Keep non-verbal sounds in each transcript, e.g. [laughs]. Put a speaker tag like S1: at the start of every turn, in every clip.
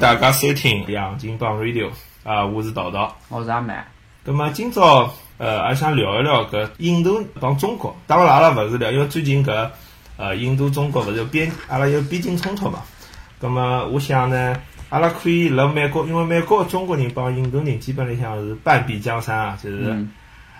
S1: 大家收听《杨金帮 Radio》啊，我是桃桃。
S2: 我是阿蛮，
S1: 咁么今朝呃，也想聊一聊搿印度帮中国。当然阿拉勿是聊，因为最近搿呃印度中国勿是有边阿拉有边境冲突嘛。咁么我想呢，阿拉可以辣美国，因为美国中国人帮印度人基本里向是半壁江山啊，就是。
S2: 嗯，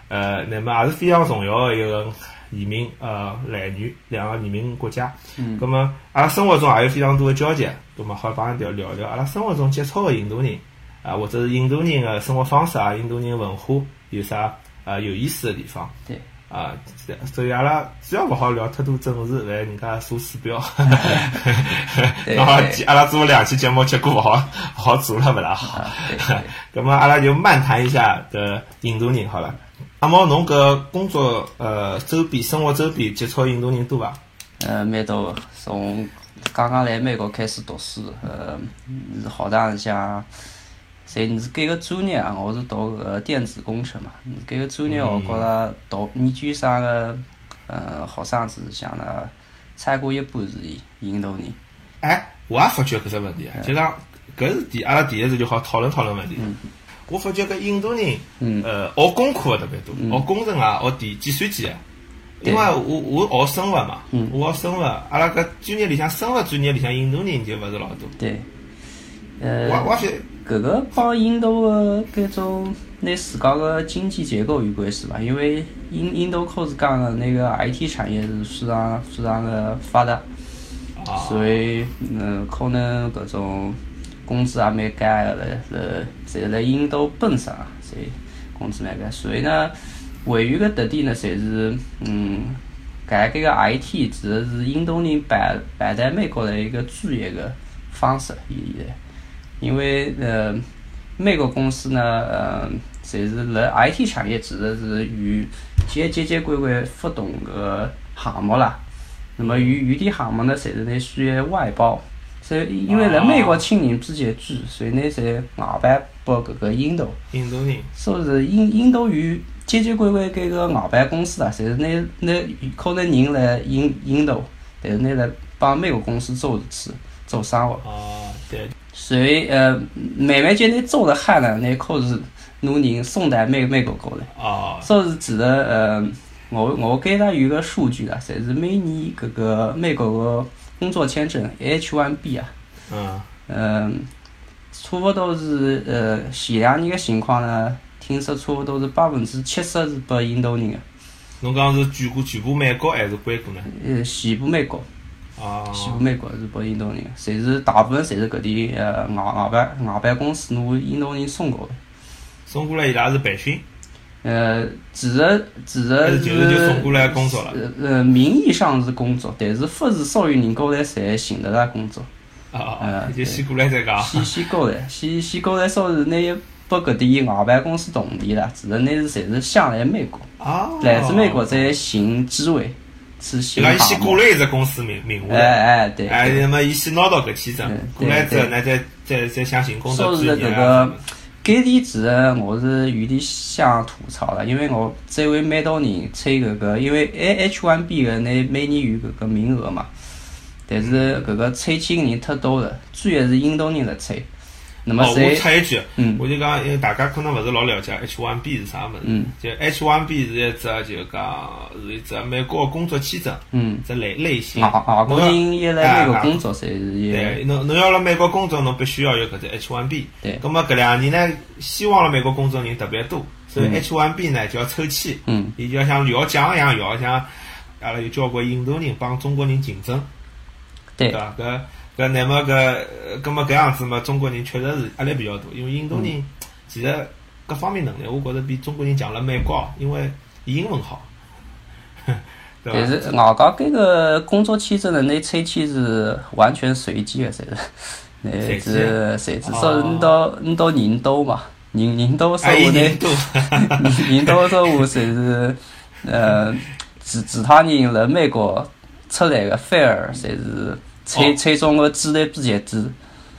S1: 呃，那么也是非常重要的一个移民呃来源，两个移民国家。
S2: 嗯
S1: 那么阿拉生活中也有非常多的交集，那么好帮阿拉聊聊聊阿拉生活中接触的印度人啊，或者是印度人的生活方式啊，印度人文化有啥啊有意思的地方
S2: 对，
S1: 啊？这所以阿拉主要勿好聊太多政治，万一人 [laughs] 家做指标，
S2: 对
S1: 然后
S2: 对
S1: 阿拉做了两期节目，结果勿好勿好做了，勿大好
S2: 啊。对
S1: [laughs]
S2: 对，
S1: 咁么阿拉就漫谈一下搿印度人好了。阿毛，侬搿工作呃周边、生活周边接触印度人多伐？
S2: 呃，蛮多的，从刚刚来美国开始读书，呃，是学堂里向，侪是搿个专业啊，我是读搿个电子工程嘛，搿个专业我觉
S1: 嗯
S2: 着读研究生个呃学生子像呢，超过一半是印度人，
S1: 哎，我也发觉搿只问题
S2: 哎
S1: 啊，就讲搿事体，阿拉第一次就好讨论讨论问题。我发觉搿印度人，
S2: 嗯
S1: 呃，学工科的特别多，学工程啊，学电计算机啊。因
S2: 对
S1: 为我我学生物嘛
S2: 嗯，
S1: 我学生物，阿拉搿专业里向生物专业里向印度人就勿是老多。
S2: 对，
S1: 我
S2: 呃，
S1: 我觉得
S2: 搿个帮印度个搿呃种拿自家个经济结构有关系伐？因为印印度可是讲个那个 IT 产业是非常非常个发达，
S1: 啊，
S2: 所以嗯，可能搿种工资也啊蛮高个了，呃，侪辣印度本身啊，所以工资蛮高。所以呢，会员个特点呢，侪是嗯，搿搿个 IT 指的是印度人摆摆在美国的一个专业个方式，现在。因为呃，美国公司呢，呃，侪是辣 IT 产业指的是与些结结关关不同个项目啦。那么与与点项目呢，侪是拿需要外包，所以因为辣美国请人比较贵，所以呢侪外包拨搿个印度。
S1: 印度人，
S2: 说是印印度语结结关关搿个外办公司啊，侪是拿拿可能人来印印度，但是拿来帮美国公司做事体、做生活。
S1: 啊，对，
S2: 所以呃，慢慢就拿做的汉呢，拿可是拿人送到美美国过来。
S1: 啊，
S2: 这是指的呃，我我给他有一个数据啊，侪是每年搿个美国个工作签证 H1B 啊，
S1: 嗯，
S2: 嗯，差不多是呃前两年个情况呢，听说差不多是百分之七十是拨印度人个，
S1: 侬讲是全国全部美国还是硅谷呢？
S2: 呃，全部美国，
S1: 啊，
S2: 全部美国是拨印度人的，侪是大部分侪是搿点呃外外办外办公司拿印度人送过来。
S1: 送过来伊拉是培训，
S2: 呃，指的指
S1: 还
S2: 的
S1: 是就是就送过来工作了
S2: 呃呃，名义上是工作，但是不是所有人过来侪寻得到工作。
S1: 啊啊啊，
S2: 呃
S1: 就先过来再讲。
S2: 先先过来，先先过来，稍是拿拨搿点外办公司同意啦，指的那是侪是想来美国，
S1: 啊，
S2: 来自美国再寻机会去
S1: 伊
S2: 寻
S1: 拉
S2: 项
S1: 先过
S2: 目。
S1: 来一只公司名名下
S2: 哎
S1: 来，
S2: 哎，对，
S1: 哎，那么伊先拿到搿签证
S2: 嗯，
S1: 过来之后，
S2: 对
S1: 那再再再想寻工作
S2: 说
S1: 之
S2: 是搿
S1: 前
S2: 个
S1: 啊，
S2: 搿点其实我是有点想吐槽了，因为我周围蛮多人吹搿个，因为 A H one B 个那每年有搿个名额嘛，但是搿个吹起个人太多了，主要是印度人辣吹，那么
S1: 哦，我
S2: 谁
S1: 插一句，
S2: 嗯
S1: 我就讲，因为大家可能勿是老了解 H1B 是啥物事
S2: 嗯，
S1: 就 H1B 是一只就讲是一只美国工作签证，
S2: 嗯
S1: 一只类类型。啊
S2: 外外国人一来美国工作侪是一
S1: 对，侬侬要辣美国工作，侬必须要有搿只 H1B。
S2: 对
S1: 咁么搿两年呢，希望辣美国工作人特别多，所以
S2: 嗯
S1: H1B 呢就要抽签，
S2: 嗯
S1: 伊就要像摇奖一样摇，像阿拉有交关印度人帮中国人竞争，
S2: 对
S1: 对伐？搿搿乃末搿呃搿么搿样子嘛，中国人确实是压力比较大，因为印度
S2: 嗯
S1: 人其实各方面能力，我觉着比中国人强了蛮高，因为伊英文好， [laughs] 对
S2: 但
S1: 伐？
S2: 是外加搿个工作签证呢，拿抽签是完全随机的，侪是， [laughs] 那
S1: 随机
S2: 是随机，
S1: 哦
S2: 说你到你到人多嘛，人人多说
S1: 哎，
S2: 我呢 [laughs]
S1: 印，度，
S2: 人多说我侪是，呃，其其他人辣美国出来个反而侪是
S1: 哦
S2: 抽抽中个几率比较低，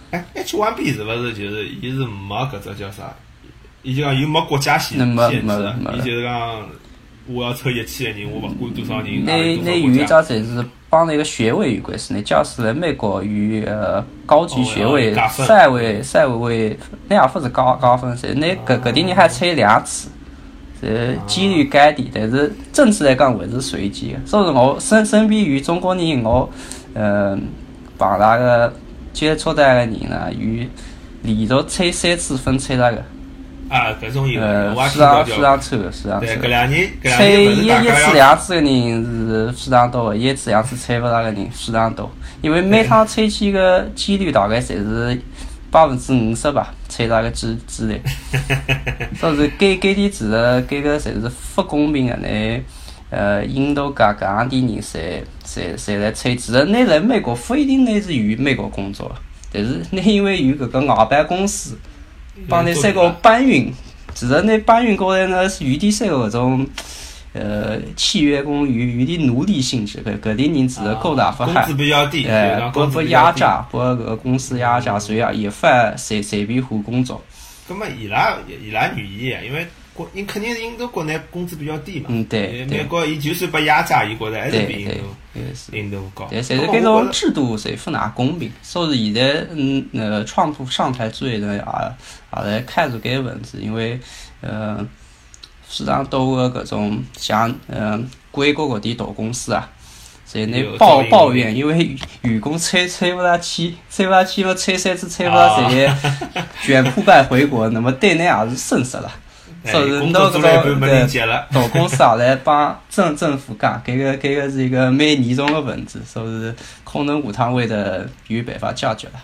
S1: 哎，H1B 是勿是就是伊是没搿只叫啥？伊就讲伊没国家限
S2: 那
S1: 限制
S2: 没没
S1: 的，
S2: 没
S1: 伊就是讲我要抽一千个人，我勿管多少人，
S2: 拿
S1: 也有多少
S2: 拿有一
S1: 国家。
S2: 张侪是帮那个学位有关系呢。假使来美国与呃高级学位
S1: 哦加分
S2: 赛位赛位那样不是高高分噻，那搿
S1: 哦
S2: 搿点你还差两次。是几率该低，但是政治来讲还是随机的。所以我身身边有中国人，我呃碰那个接触到的人呢，有连续抽三次分抽那个，
S1: 啊，搿种有，
S2: 呃
S1: 我也，
S2: 非
S1: 听到交
S2: 常非
S1: 关。
S2: 常抽的，非常
S1: 对，
S2: 抽
S1: 搿
S2: 的。
S1: 两年搿
S2: 抽
S1: 两年勿
S2: 一
S1: 是大家要
S2: 一次两次的人是非常多的，一次两次抽不到的人非常多，因为每趟抽签个几率大概侪是百分之五十吧，抽到个几几率。所以说搿搿点其实搿个侪是不公平的呢。呃，印度搿搿样点人侪侪侪来吹，其实拿来美国不一定拿是有美国工作的，但是拿因为有搿个外办公司
S1: 嗯
S2: 帮你三个搬运，其实拿搬运过来呢是有点三个搿种呃契约工有有点奴隶性质，搿搿点人其实够大发
S1: 啊工
S2: 汗
S1: 资。比较低，就是
S2: 哎
S1: 讲，
S2: 不
S1: 工
S2: 不
S1: 资比较
S2: 压
S1: 低。嗯
S2: 榨，不搿个公司压榨，所以啊也犯随随便胡工作。
S1: 咁么伊拉伊拉愿意啊，因为国因肯定是印度国内工资比较低嘛。
S2: 嗯对
S1: 因为
S2: 对
S1: 美国伊就算被压榨，伊觉着还是
S2: 对
S1: 比印
S2: 对
S1: 度，
S2: 也是。
S1: 印度高。
S2: 但侪是
S1: 咁么
S2: 搿
S1: 我
S2: 种
S1: 觉着
S2: 制度侪不哪公平，所以现在嗯呃，川普上台之后呢，也也来开除搿问题，因为呃，非常多个搿种像呃硅谷搿点大公司啊，侪拿
S1: 有
S2: 抱
S1: 噪音
S2: 抱怨，因为员工吹吹勿大起，吹勿大起嘛，吹三次吹勿大
S1: 啊
S2: 直接 [laughs] 卷铺盖回国，那么对内也是损失了。
S1: 哎
S2: 所以
S1: 工
S2: 到
S1: 作做
S2: 搿
S1: 了一半
S2: 种
S1: 没
S2: 对
S1: 人接了。
S2: 大公司也来帮政政府讲，搿个搿个是一个蛮严重的问题，所以可能下趟会得有办法解决了。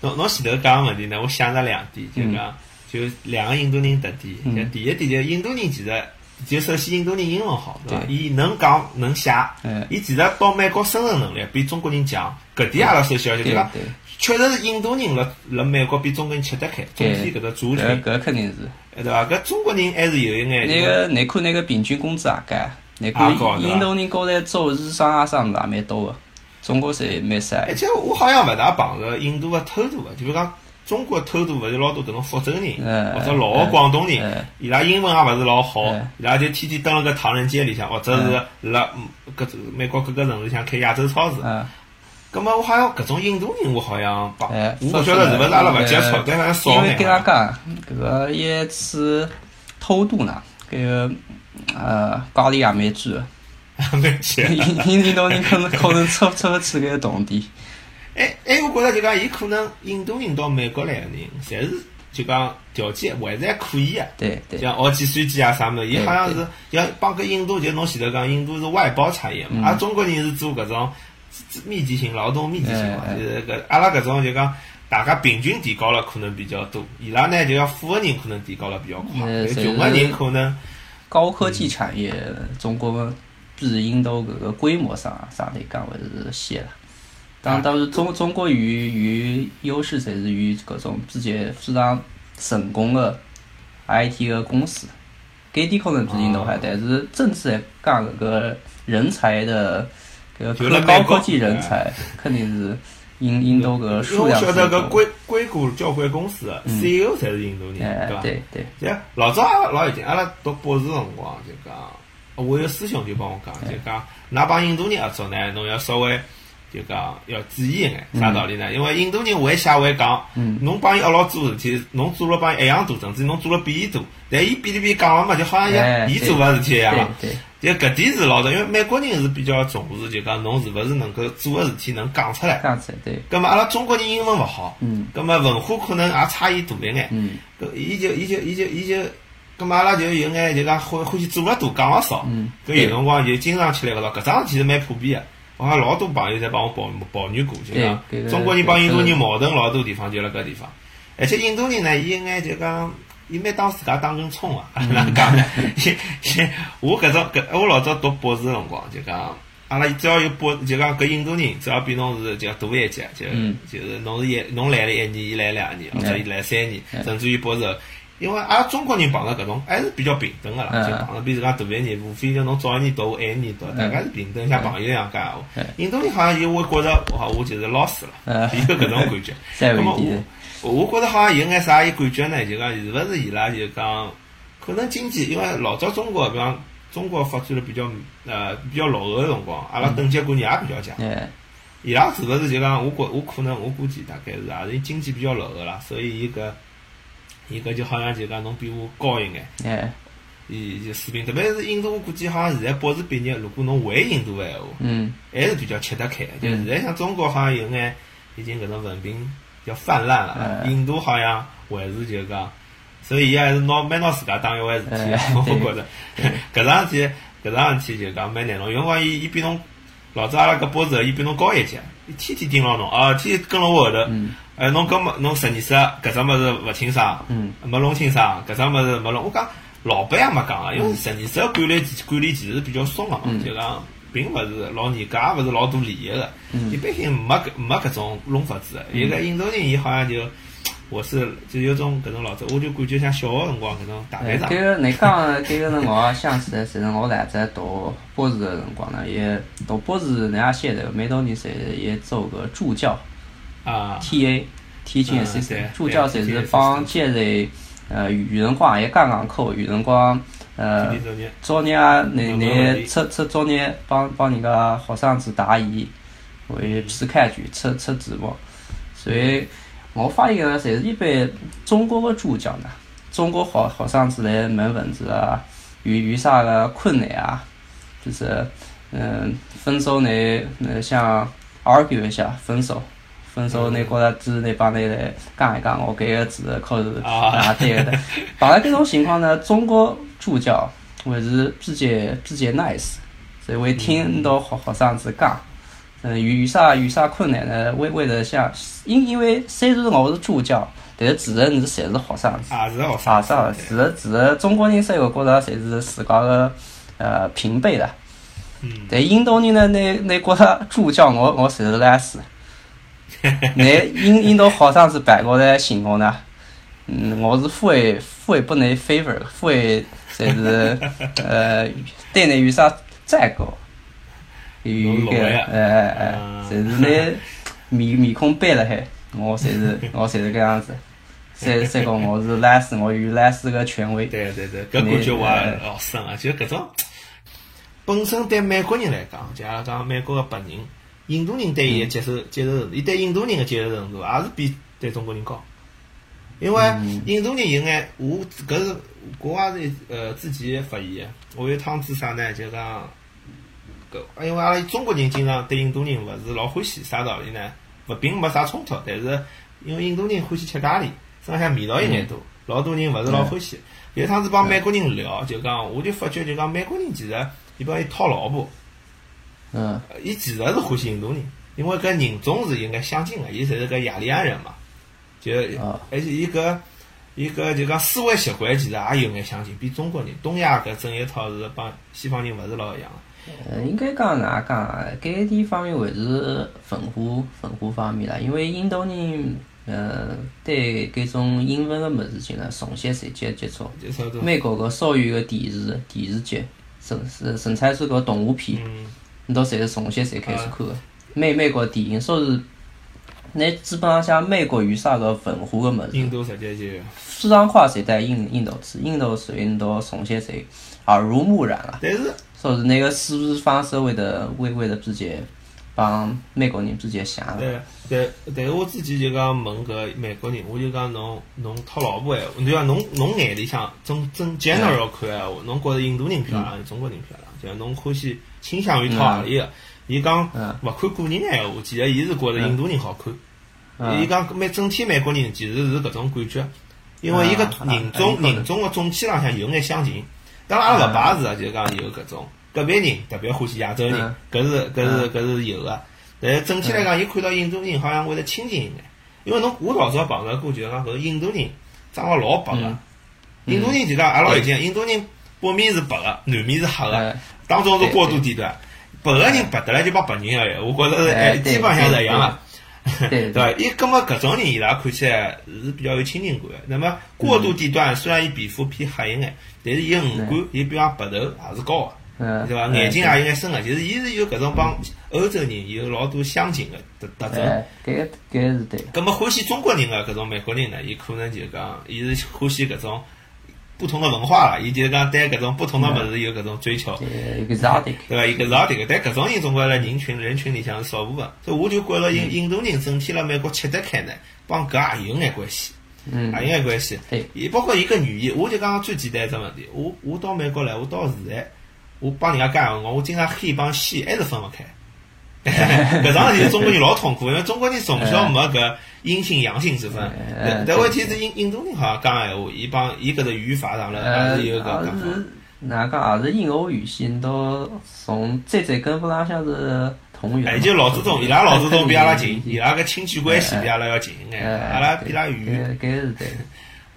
S1: 侬侬前头讲个问题呢，我想着两点，就讲就两个印度人特点。
S2: 嗯
S1: 就第一点就是印度人其实就首先印度人英文好，对伐？
S2: 对
S1: 伊能讲能写
S2: 嗯，
S1: 伊其实到美国生存能力比中国人强，搿点阿拉首先要就
S2: 对
S1: 讲，
S2: 对，
S1: 确实是印度人辣辣美国比中国人吃得开，总体搿个族群。
S2: 搿搿肯定是。
S1: 对伐？搿中国人还是有一眼
S2: 那个你看那个平均工资啊也高，你看
S1: 也高对吧
S2: 印度人过来做日商啊啥物事也蛮多的，中国侪蛮少的。
S1: 而且我好像勿大碰着印度个偷渡个，就比如讲中国偷渡勿是老多搿种福州人
S2: 嗯
S1: 或者老
S2: 嗯
S1: 广东人
S2: 嗯，
S1: 伊拉英文也勿是老好
S2: 嗯，
S1: 伊拉就天天蹲辣搿唐人街里向，或者是辣嗯搿种美国各个城市里向开亚洲超市。
S2: 嗯，
S1: 葛末我好像搿种印度人，我好像碰
S2: 哎，，
S1: 我勿晓得是勿是阿拉勿接触，但好像
S2: 因
S1: 少啊
S2: 为
S1: 眼
S2: 跟他
S1: 嘛。
S2: 讲，搿个一次偷渡呢，搿个呃高丽也蛮贵的。
S1: [laughs] 没接。
S2: [laughs] 印印度人可能可能出出不起搿个洞底。
S1: 哎哎，我觉着就讲，伊可能印度人到美国来个人，侪是就讲条件还是还可以啊个。
S2: 对对，
S1: 像学计算机啊啥么，伊
S2: 对
S1: 好像是要帮搿印度，就侬前头讲，印度是外包产业嘛，
S2: 嗯
S1: 而中国人是做搿种密集型劳动密集型嘛，
S2: 哎哎
S1: 就是搿阿拉搿种就讲。大家平均提高了可能比较多，伊拉呢就要富个人可能提高了比较快，
S2: 嗯
S1: 但
S2: 是
S1: 穷个人可能
S2: 高科
S1: 嗯
S2: 技产业，中国比印度搿个规模上上来讲还是先了。
S1: 啊
S2: 当当然，中中国有有优势，侪是有搿种自己非常成功的 IT 的公司，搿点可能比印度
S1: 啊
S2: 还，但是政治来讲搿个人才的搿
S1: 就辣
S2: 个
S1: 美
S2: 高
S1: 国
S2: 科技人才肯定是印印度搿个
S1: 因为
S2: 呃数
S1: 我
S2: 量
S1: 晓
S2: 是
S1: 得
S2: 多嗯
S1: 搿硅硅谷交关公司的 CEO 侪是印度人，
S2: 哎
S1: 对伐？
S2: 对对
S1: 对，老早阿拉老有劲，阿拉读博士辰光就讲，我有师兄就帮我讲，
S2: 哎
S1: 就讲，㑚帮印度人合作呢，侬要稍微就讲要注意一眼，
S2: 嗯
S1: 啥道理呢？因为印度人会写会讲，侬帮伊阿老做事体，侬做了帮伊一样多，甚至侬做了比伊多，但伊哔哩哔哩讲个嘛，就好像
S2: 哎
S1: 伊伊做个事体一样啊
S2: 对
S1: 嘛。
S2: 对。
S1: 就搿点是老早，因为美国人是比较重视，就讲侬是勿是能够做个事体能讲出来。
S2: 这样子对，
S1: 葛末阿拉中国人英文勿好，
S2: 嗯
S1: 葛末文化可能也差异大一眼。
S2: 嗯
S1: 搿伊就伊就伊就伊就，搿么阿拉就有眼就讲欢欢喜做了多讲了少，
S2: 嗯，
S1: 搿有辰光就经常起来搿种搿桩事体是蛮普遍个。我好像老多朋友侪帮我抱抱怨过，就讲
S2: 对搿个
S1: 中国人帮印度人矛盾老多地方就辣搿地方，而且印度人呢，伊有眼就讲，伊蛮当自家当根葱啊，
S2: 嗯
S1: 哪能讲呢？ [laughs] 伊伊我搿种搿我老早读博士辰光就讲，阿拉只要有博就讲搿印度人只要比侬是就讲大一级，就
S2: 嗯
S1: 就是侬是一侬来了一年，伊来两年，或者伊来三年，
S2: 嗯
S1: 甚至于博士后。因为阿拉中国人碰到搿种还是比较平等个啦，
S2: 嗯
S1: 就碰到比自家大一眼，无非就侬早一年读，我晚一年读，大家是平等，像朋友一样讲闲话
S2: 嗯。
S1: 印度人好像伊会觉着，哇，我就是老师了
S2: 嗯，
S1: 伊有搿种感觉。
S2: [laughs] 再
S1: 那
S2: 问
S1: 么
S2: 题
S1: 我我觉着好像有眼啥感觉呢？就讲是勿是伊拉就讲，可能经济，因为老早中国，比方中国发展了比较呃比较落后个辰光，
S2: 嗯
S1: 阿拉等级观念也比较强。
S2: 哎，
S1: 伊拉是勿是就讲我觉我可能我估计大概是也是因经济比较落后啦，所以伊搿伊搿就好像就讲侬比我高一眼，
S2: 哎，
S1: 伊就水平，特别是印度，我估计好像现在博士毕业，如果侬会印度个闲话，
S2: 嗯，
S1: 还是比较吃得开的。就现
S2: 嗯
S1: 在像中国好像有眼已经搿种文凭比较泛滥了，
S2: 嗯
S1: 印度好像还是就讲，所以伊还是拿蛮拿自家当一回事体的
S2: 哎，
S1: 我
S2: 对
S1: 觉着搿桩事体搿桩事体就讲蛮难弄，有辰光伊伊比侬老早阿拉搿博士伊比侬高一级，伊天天盯牢侬，啊天天跟牢我后头，
S2: 嗯，
S1: 哎侬搿么侬实验室搿只物事勿清爽，
S2: 嗯，
S1: 没弄清爽，搿只物事没弄。我讲老板也没讲啊，因为实验室管理其管理其实比较松个嘛，
S2: 嗯
S1: 就讲并勿是老严格，也勿是老多利益个。
S2: 嗯
S1: 一般性没搿没搿种弄法子的。现在印度人伊好像就，我是就有种搿种老早，我就感觉像小学辰光搿种大
S2: 哎
S1: 排，长
S2: 这。个你讲的这个是啊我想起来，其实我来在读博士的辰光呢，也读博士人家写的，每到年侪也做个助教哎
S1: 啊
S2: （TA）。teaching
S1: 嗯
S2: assistant，
S1: 对
S2: 助教
S1: 对
S2: 侪是
S1: teaching
S2: 帮现在呃有辰光也讲讲课，有辰光呃
S1: 印度人
S2: 早日啊，你
S1: 有没有问
S2: 你
S1: 题
S2: 出出早日帮帮人家学生子答疑，为批开卷，出出题目。所以我发现呢，侪是一般中国的助教呢，中国学学生子来问问题啊，有有啥个困难啊，就是嗯，分手呢，呃，像 argue 一下分手。分手，
S1: 嗯
S2: 你觉着只是你帮你来讲一讲，我搿个字可是
S1: 啊
S2: 哪对个的。碰到搿种情况呢，中国助教还是比较比较 nice，所以会听到学学生子讲，嗯，有有啥有啥困难呢？为为了像，因因为虽然我是助教，但是其实你侪是学生子，
S1: 也是学生
S2: 啥
S1: 子
S2: 啥，其实其实中国人侪有觉着侪是自家个呃平辈的，
S1: 嗯，
S2: 但印度人呢，拿拿觉着助教我我实在来死。那印印度学生是办过来寻我呢，嗯，我是付会付会拨你 favor，付会侪是呃对你有啥再高，有
S1: 侬
S2: 有
S1: 老
S2: 个
S1: 呀
S2: 哎哎哎
S1: 啊，
S2: 侪是拿面面孔板了海，我侪是我侪是搿样子，再再讲我是来死，我有来死个权威，
S1: 对对对，搿感觉我也老深啊，就搿种。本身对美国人来讲，就阿拉讲美国个白人，印度人对伊个接受接受程度，伊对印度人个接受程度也是比对中国人高。因为
S2: 嗯
S1: 印度人有眼，我搿是国外是呃之前发现的。我有一趟子啥呢？就讲搿，哎因为阿拉中国人经常对印度人勿是老欢喜，啥道理呢？勿并没啥冲突，但是因为印度人欢喜吃咖喱，身上味道有眼多，老多人勿是老欢喜。有一趟子帮美国人聊，就讲我就发觉就讲美国人其实伊帮伊讨老婆，
S2: 嗯
S1: 呃伊其实是欢喜印度人，因为搿人种是应该相近的，伊侪是搿雅利安人嘛，就
S2: 啊
S1: 而且伊搿伊搿就讲思维习惯其实也有眼相近，比中国人东亚搿整一套是帮西方人勿是老一样的。
S2: 呃，应该讲哪讲啊？搿点方面还是文化文化方面啦，因为印度人呃对搿种英文个物事情呢，从小侪接接触。
S1: 就说种
S2: 美国个所有个电视电视剧，甚甚甚至是个动画片，
S1: 嗯
S2: 你都侪是从小侪开始看个。美美国电影，说是，那基本上像美国有啥个文化个物事，
S1: 印度直接就，
S2: 非常快侪带印印度去，印度属于你都从小侪耳濡目染了。
S1: 但是
S2: 说是那个思维方式为的为为了自己帮美国人自己想的，
S1: 对对对，我之前就讲问搿美国人，我就讲侬侬讨老婆闲话，就讲侬侬眼里向真真 general 看闲话，侬觉着印度人漂亮还是中国人漂亮？就是侬欢喜倾向于讨何里个？伊讲
S2: 嗯
S1: 勿看个人闲话，其实伊是觉着印度人好看。伊
S2: 嗯，
S1: 讲美整体美国人其实是搿种感觉，因为伊个
S2: 啊
S1: 人
S2: 啊
S1: 种
S2: 啊
S1: 人种个总体浪向有眼相近。当然，阿拉勿排除啊，就是讲有搿种个别人特别欢喜亚洲人
S2: 嗯，
S1: 搿是搿是搿是有个。但是整体来讲，伊看到印度人好像会得亲近一眼，因为侬我老早碰着过，就是讲搿印度人长得老白个
S2: 嗯。
S1: 印度人就讲阿拉已经，印度人北面是白个，南面是黑个，
S2: 哎
S1: 当中是过渡地段。白个人白得来就帮白人一样，我觉着是哎，
S2: 哎对
S1: 基本上是一样个。
S2: 对
S1: 对
S2: [laughs]
S1: 吧？伊葛么搿种人伊拉看起来是比较有亲近感的。那么过渡地段虽然伊皮肤偏黑一眼，但是伊个五官，伊比方白头也是高
S2: 嗯
S1: 的，，对伐？
S2: 哎
S1: 眼睛也有眼深个，就是伊是有搿种帮欧洲人有老多相近的特特
S2: 对，
S1: 征。
S2: 哎，搿个搿个是对的，
S1: 葛么欢喜中国人个搿种美国人呢，伊可能就讲伊是欢喜搿种不同的文化了，伊就是讲对搿种不同的物事有搿种追求。
S2: 对，exotic，
S1: 对伐？伊搿老迭个，但搿种人总归辣人群人群里向是少部分，所以我就觉着
S2: 嗯
S1: 印印度人整体辣美国吃得开呢，帮搿也有眼关系，
S2: 嗯，
S1: 也有眼关系。
S2: 对，
S1: 伊包括伊搿语言，我就讲最简单一只问题，我我到美国来，我到现在，我帮人家讲闲话，我经常黑帮西还是分勿开。 [laughs] 搿桩事体中国人老痛苦，因为中国人从小没搿阴性阳性之分。
S2: 哎
S1: 但
S2: 哎
S1: 但问题是印印度人好像讲闲话，伊帮伊搿只语法上了
S2: 呃，
S1: 还是
S2: 也
S1: 有搿讲法。
S2: 是哪啊讲也是印欧语系都从最最根部浪向是同源嘛。
S1: 哎，就老祖宗，伊拉老祖宗比阿拉近，伊
S2: 哎
S1: 拉个亲戚关系比阿拉要近一眼，
S2: 哎，
S1: 阿拉比阿拉远。
S2: 搿搿是对的。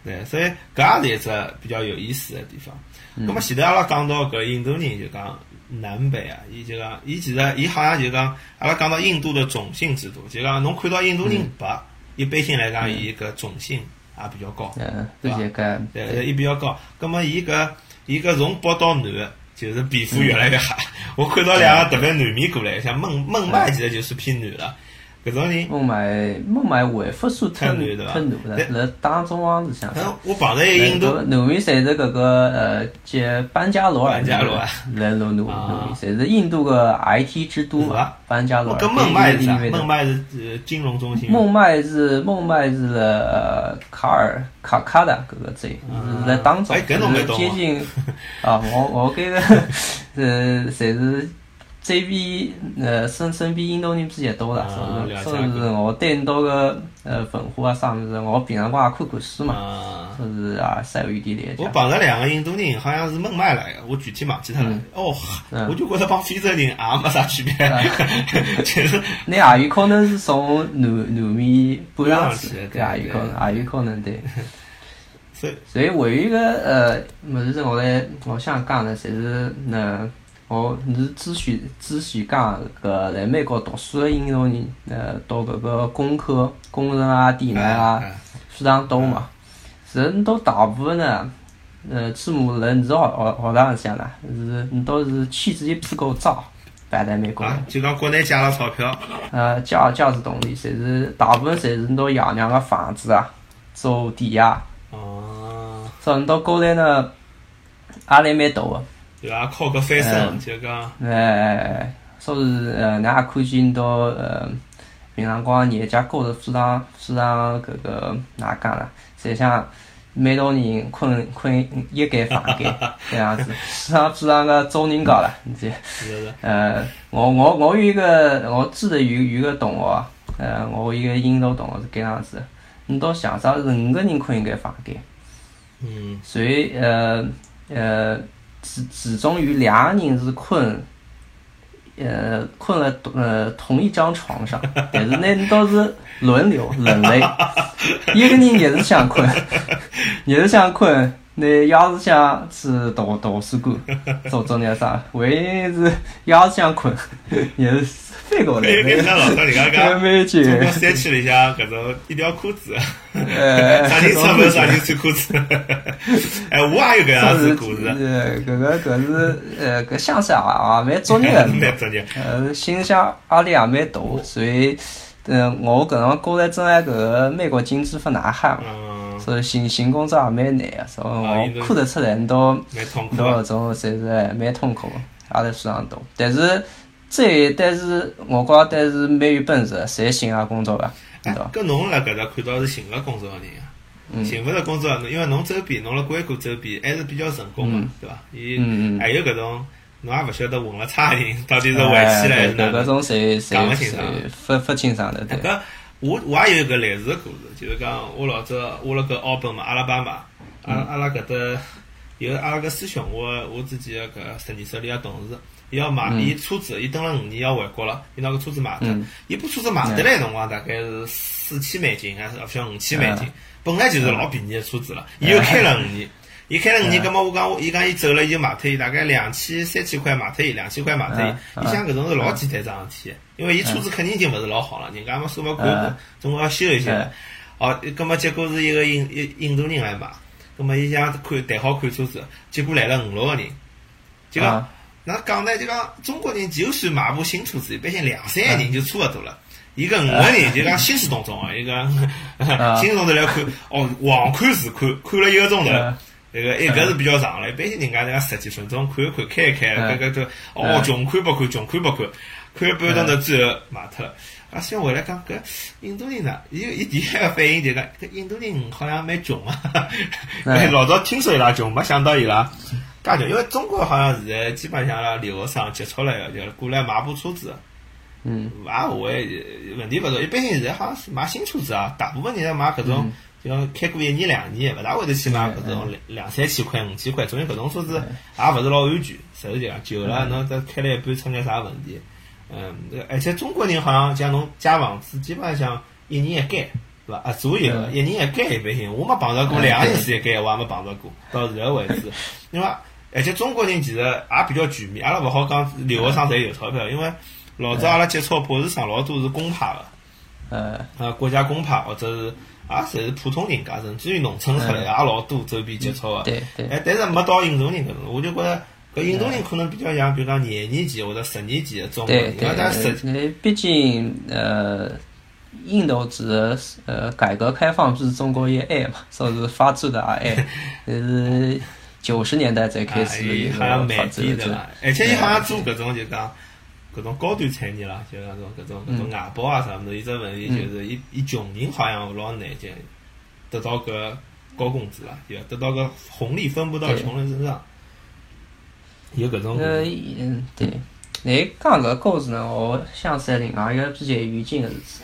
S1: 对，所以搿也是一只比较有意思的地方。
S2: 嗯
S1: 那么前头阿拉讲到搿印度人就讲南北啊，伊就讲伊其实伊好像就讲阿拉讲到印度的种姓制度，就讲侬看到印度人白，一般性来讲伊搿种姓也比较高。
S2: 嗯，这些个
S1: 对，伊比较高。葛么伊搿伊搿从北到南，就是皮肤越来越黑。
S2: 嗯
S1: 我看到两个特别南面过来，像孟孟买其实就是偏南了。搿种人，
S2: 孟买孟买为复数特
S1: 太难
S2: 南
S1: 了
S2: 特南
S1: 对
S2: 的，辣当中湾里向。
S1: 反正呃我碰着一个印度，
S2: 南面侪是搿个呃，即班加罗尔，
S1: 班加罗尔
S2: 来罗南
S1: 啊
S2: 南面，侪是印度个 IT 之都
S1: 是吧
S2: 嘛，班加
S1: 我
S2: 罗尔。
S1: 跟孟买是啥
S2: 因？为
S1: 孟买是呃金融中心。
S2: 孟买是孟买是辣呃卡尔卡卡达搿个州，是辣当中，
S1: 哎搿侬
S2: 是
S1: 蛮懂
S2: 接
S1: 哦
S2: 近啊，我我搿个 [laughs] 呃，侪是这边呃身身边印度人比较多啦
S1: 啊，了解
S2: 所以所以是我对很多个呃文化啊啥物事，我平常光也看看书嘛，
S1: 啊，
S2: 所以啊，稍有一点了
S1: 我
S2: 解。
S1: 碰着两个印度人，好像是孟买来的，我具体忘记脱了。哦，
S2: 嗯
S1: 我就觉着帮非洲人也没啥区别， [laughs] 就是
S2: 你也有可能是从南南面搬上去
S1: 搬上去，
S2: 对，也有可能，也有可能对。
S1: 所以
S2: 所以还有一个呃，物事是我来我想讲的，就是呢，我是之前之前讲搿来美国读书的印度人，呃，到搿个工科、工程啊、电缆啊
S1: 嗯嗯，
S2: 非常多嘛。人都大部分呢，呃，起码人是学学学堂里向啦，是你都是气质一屁股糟，摆在美国。
S1: 啊，就讲国内借了钞票，
S2: 呃，价价值动力，侪是大部分侪是拿爷娘个房子啊，做啊抵押。
S1: 哦，
S2: 所以到高头呢，压力蛮大个。
S1: 对伐？靠个翻身，
S2: 嗯
S1: 就讲。
S2: 呃，说是呃，咱也看见到呃，平常光人家过得非常非常搿个哪讲啦，侪像蛮多人困困一间房间这样子，非常非常个招人家啦，你这。
S1: 是的
S2: 呃，我我我有一个，我记得有有一个同学啊，呃，我有一个印度同学是搿样子的，你到想啥是五个人困一间房间，
S1: 嗯，
S2: 所以呃呃，其其中有两个人是困，呃困了呃同一张床
S1: [laughs]
S2: 上，但是呢都是轮流轮类，一个人也是想
S1: [laughs]
S2: 困，也是想困。那要是想去图图书馆做做点啥，唯一是要是想困， [laughs] 也是翻过来
S1: 对，跟
S2: 的，
S1: 那老早人家
S2: 还
S1: 讲，
S2: 没劲。
S1: 中国山区里向搿种一条裤子， [laughs]
S2: 呃，
S1: 啥人出门啥人穿裤
S2: [laughs]
S1: 子。哎，我也 [laughs] 有搿样子啊故事，
S2: 呃，搿个搿是呃搿乡下啊，蛮作孽
S1: 哎 [laughs]
S2: 的，
S1: 蛮专业。
S2: 呃，心想压力也蛮大，所以呃我搿辰光觉着真爱搿美国经济勿难喊嘛，
S1: 嗯，啊
S2: 所以寻寻工作也蛮难个，所以我看得出来，到
S1: 蛮痛苦
S2: 到
S1: 的。
S2: 搿种侪是蛮痛苦，压力非常大。但是这但是我觉但是蛮有本事，侪寻啊工作个，
S1: 哎
S2: 对
S1: [laughs]
S2: 伐？，
S1: 搿侬辣搿搭看到是寻勿着工作个人啊，
S2: 嗯
S1: 寻勿着工作的人，因为侬周边，侬辣硅谷周边还是比较成功嘛
S2: 嗯，
S1: 对伐？伊
S2: 嗯嗯
S1: 还有搿种，侬也勿晓得混了差的人到底是回去了还是哪
S2: 呃搿搿
S1: 能。
S2: 种侪
S1: 讲勿
S2: 侪
S1: 清
S2: 侪
S1: 爽
S2: 分分清爽的，
S1: [laughs]
S2: 对
S1: 搿。个我我也有一个类似的故事，就是讲我老早我辣搿奥本嘛，阿拉巴马，阿
S2: 嗯
S1: 阿拉搿搭有阿拉个师兄，我我自己的搿实验室里个同事，伊要买，
S2: 嗯
S1: 伊车子，伊等了五年要回国了，伊拿个车子卖脱
S2: 嗯，
S1: 伊把车子卖得来辰光大概是四千美金还是勿晓得五千美
S2: 嗯
S1: 金，本来就是老便宜个车子了，伊又开了五年。伊开了五年，葛末我讲，我伊讲伊走了，伊就卖脱伊，大概两千、三千块卖脱伊，两千块卖脱
S2: 嗯
S1: 伊。
S2: 嗯
S1: 伊想搿种是老简单桩事体，因为伊车子肯定已经勿是老好了，人家嘛说勿过
S2: 嗯，
S1: 总归要修一下
S2: 嗯。
S1: 哦，葛末结果是一个印印印度人来买，葛末伊想看谈好看车子，结果来了五六个人，就讲
S2: 啊
S1: 哪讲呢？就讲中国人就算买部新车子，一般性两三个
S2: 嗯
S1: 人就差勿多了。伊搿五个人就讲兴师 [laughs]
S2: 嗯
S1: 动众啊，伊讲兴师动众来看，哦，横看竖看，看了一个钟头。
S2: 啊
S1: 那个一个是比较长了，一般性人家人家十几分钟看一看，看一看，搿个都哦，穷看不看，穷看不看，看了半个钟头之后卖脱了。啊，所以回来讲搿印度人呐，伊伊第一个反应就是搿印度人好像蛮穷啊， [laughs]
S2: 嗯
S1: 老早听说伊拉穷，没想到伊拉介穷，因为中国好像现在基本上阿拉留学生接触了，就是过来买部车子。啊
S2: 嗯
S1: 也勿会问题勿大。一般性现在好像是买新车子啊，大部分人买搿种，像开过一年两年，勿大会得去买搿种两两三千块、五千块，总归搿种车子也勿是老安全。实事求是，久了侬再开了一半出现啥问题？嗯，而且中国人好像像侬借房子，基本上一年一改，是伐？啊，左右
S2: 嗯
S1: 一年一改一般性，我没碰着过
S2: 嗯
S1: 两个人
S2: 对
S1: 是一改，我也没碰着过，
S2: 嗯
S1: 到现在为止。因为而且中国人其实也比较全面，阿拉勿好讲留学生侪有钞票，因为老早阿拉接触博士生老多是公派的，
S2: 呃
S1: 啊，国家公派或者是啊，侪是普通人家，甚至于农村出来的也老多周边接触的。
S2: 嗯对对
S1: 哎，但是没到印度人搿种，我就觉着搿印度人可能比较像，比如讲廿年级或者十年级的中国
S2: 对
S1: 人，因
S2: 对
S1: 为他实，
S2: 呃毕竟呃。印度指的是呃改革开放是中国一爱嘛，说是发展的啊 [laughs] 爱，就是九十年代才
S1: 啊
S2: 开，始
S1: 伊
S2: 有
S1: 好像
S2: 发
S1: 蛮
S2: 展
S1: 低
S2: 的
S1: 的
S2: 这
S1: 嘛，而且伊好像做搿种就讲搿种高端产业啦，就像种搿种搿种外包啊啥物事，伊只问题就是伊伊穷人好像老难就得到搿高工资啦，对伐？得到搿红利分布到穷人身上，有搿种
S2: 呃，嗯，对，你讲搿故事呢，我想起来另外一个比较有劲的事体。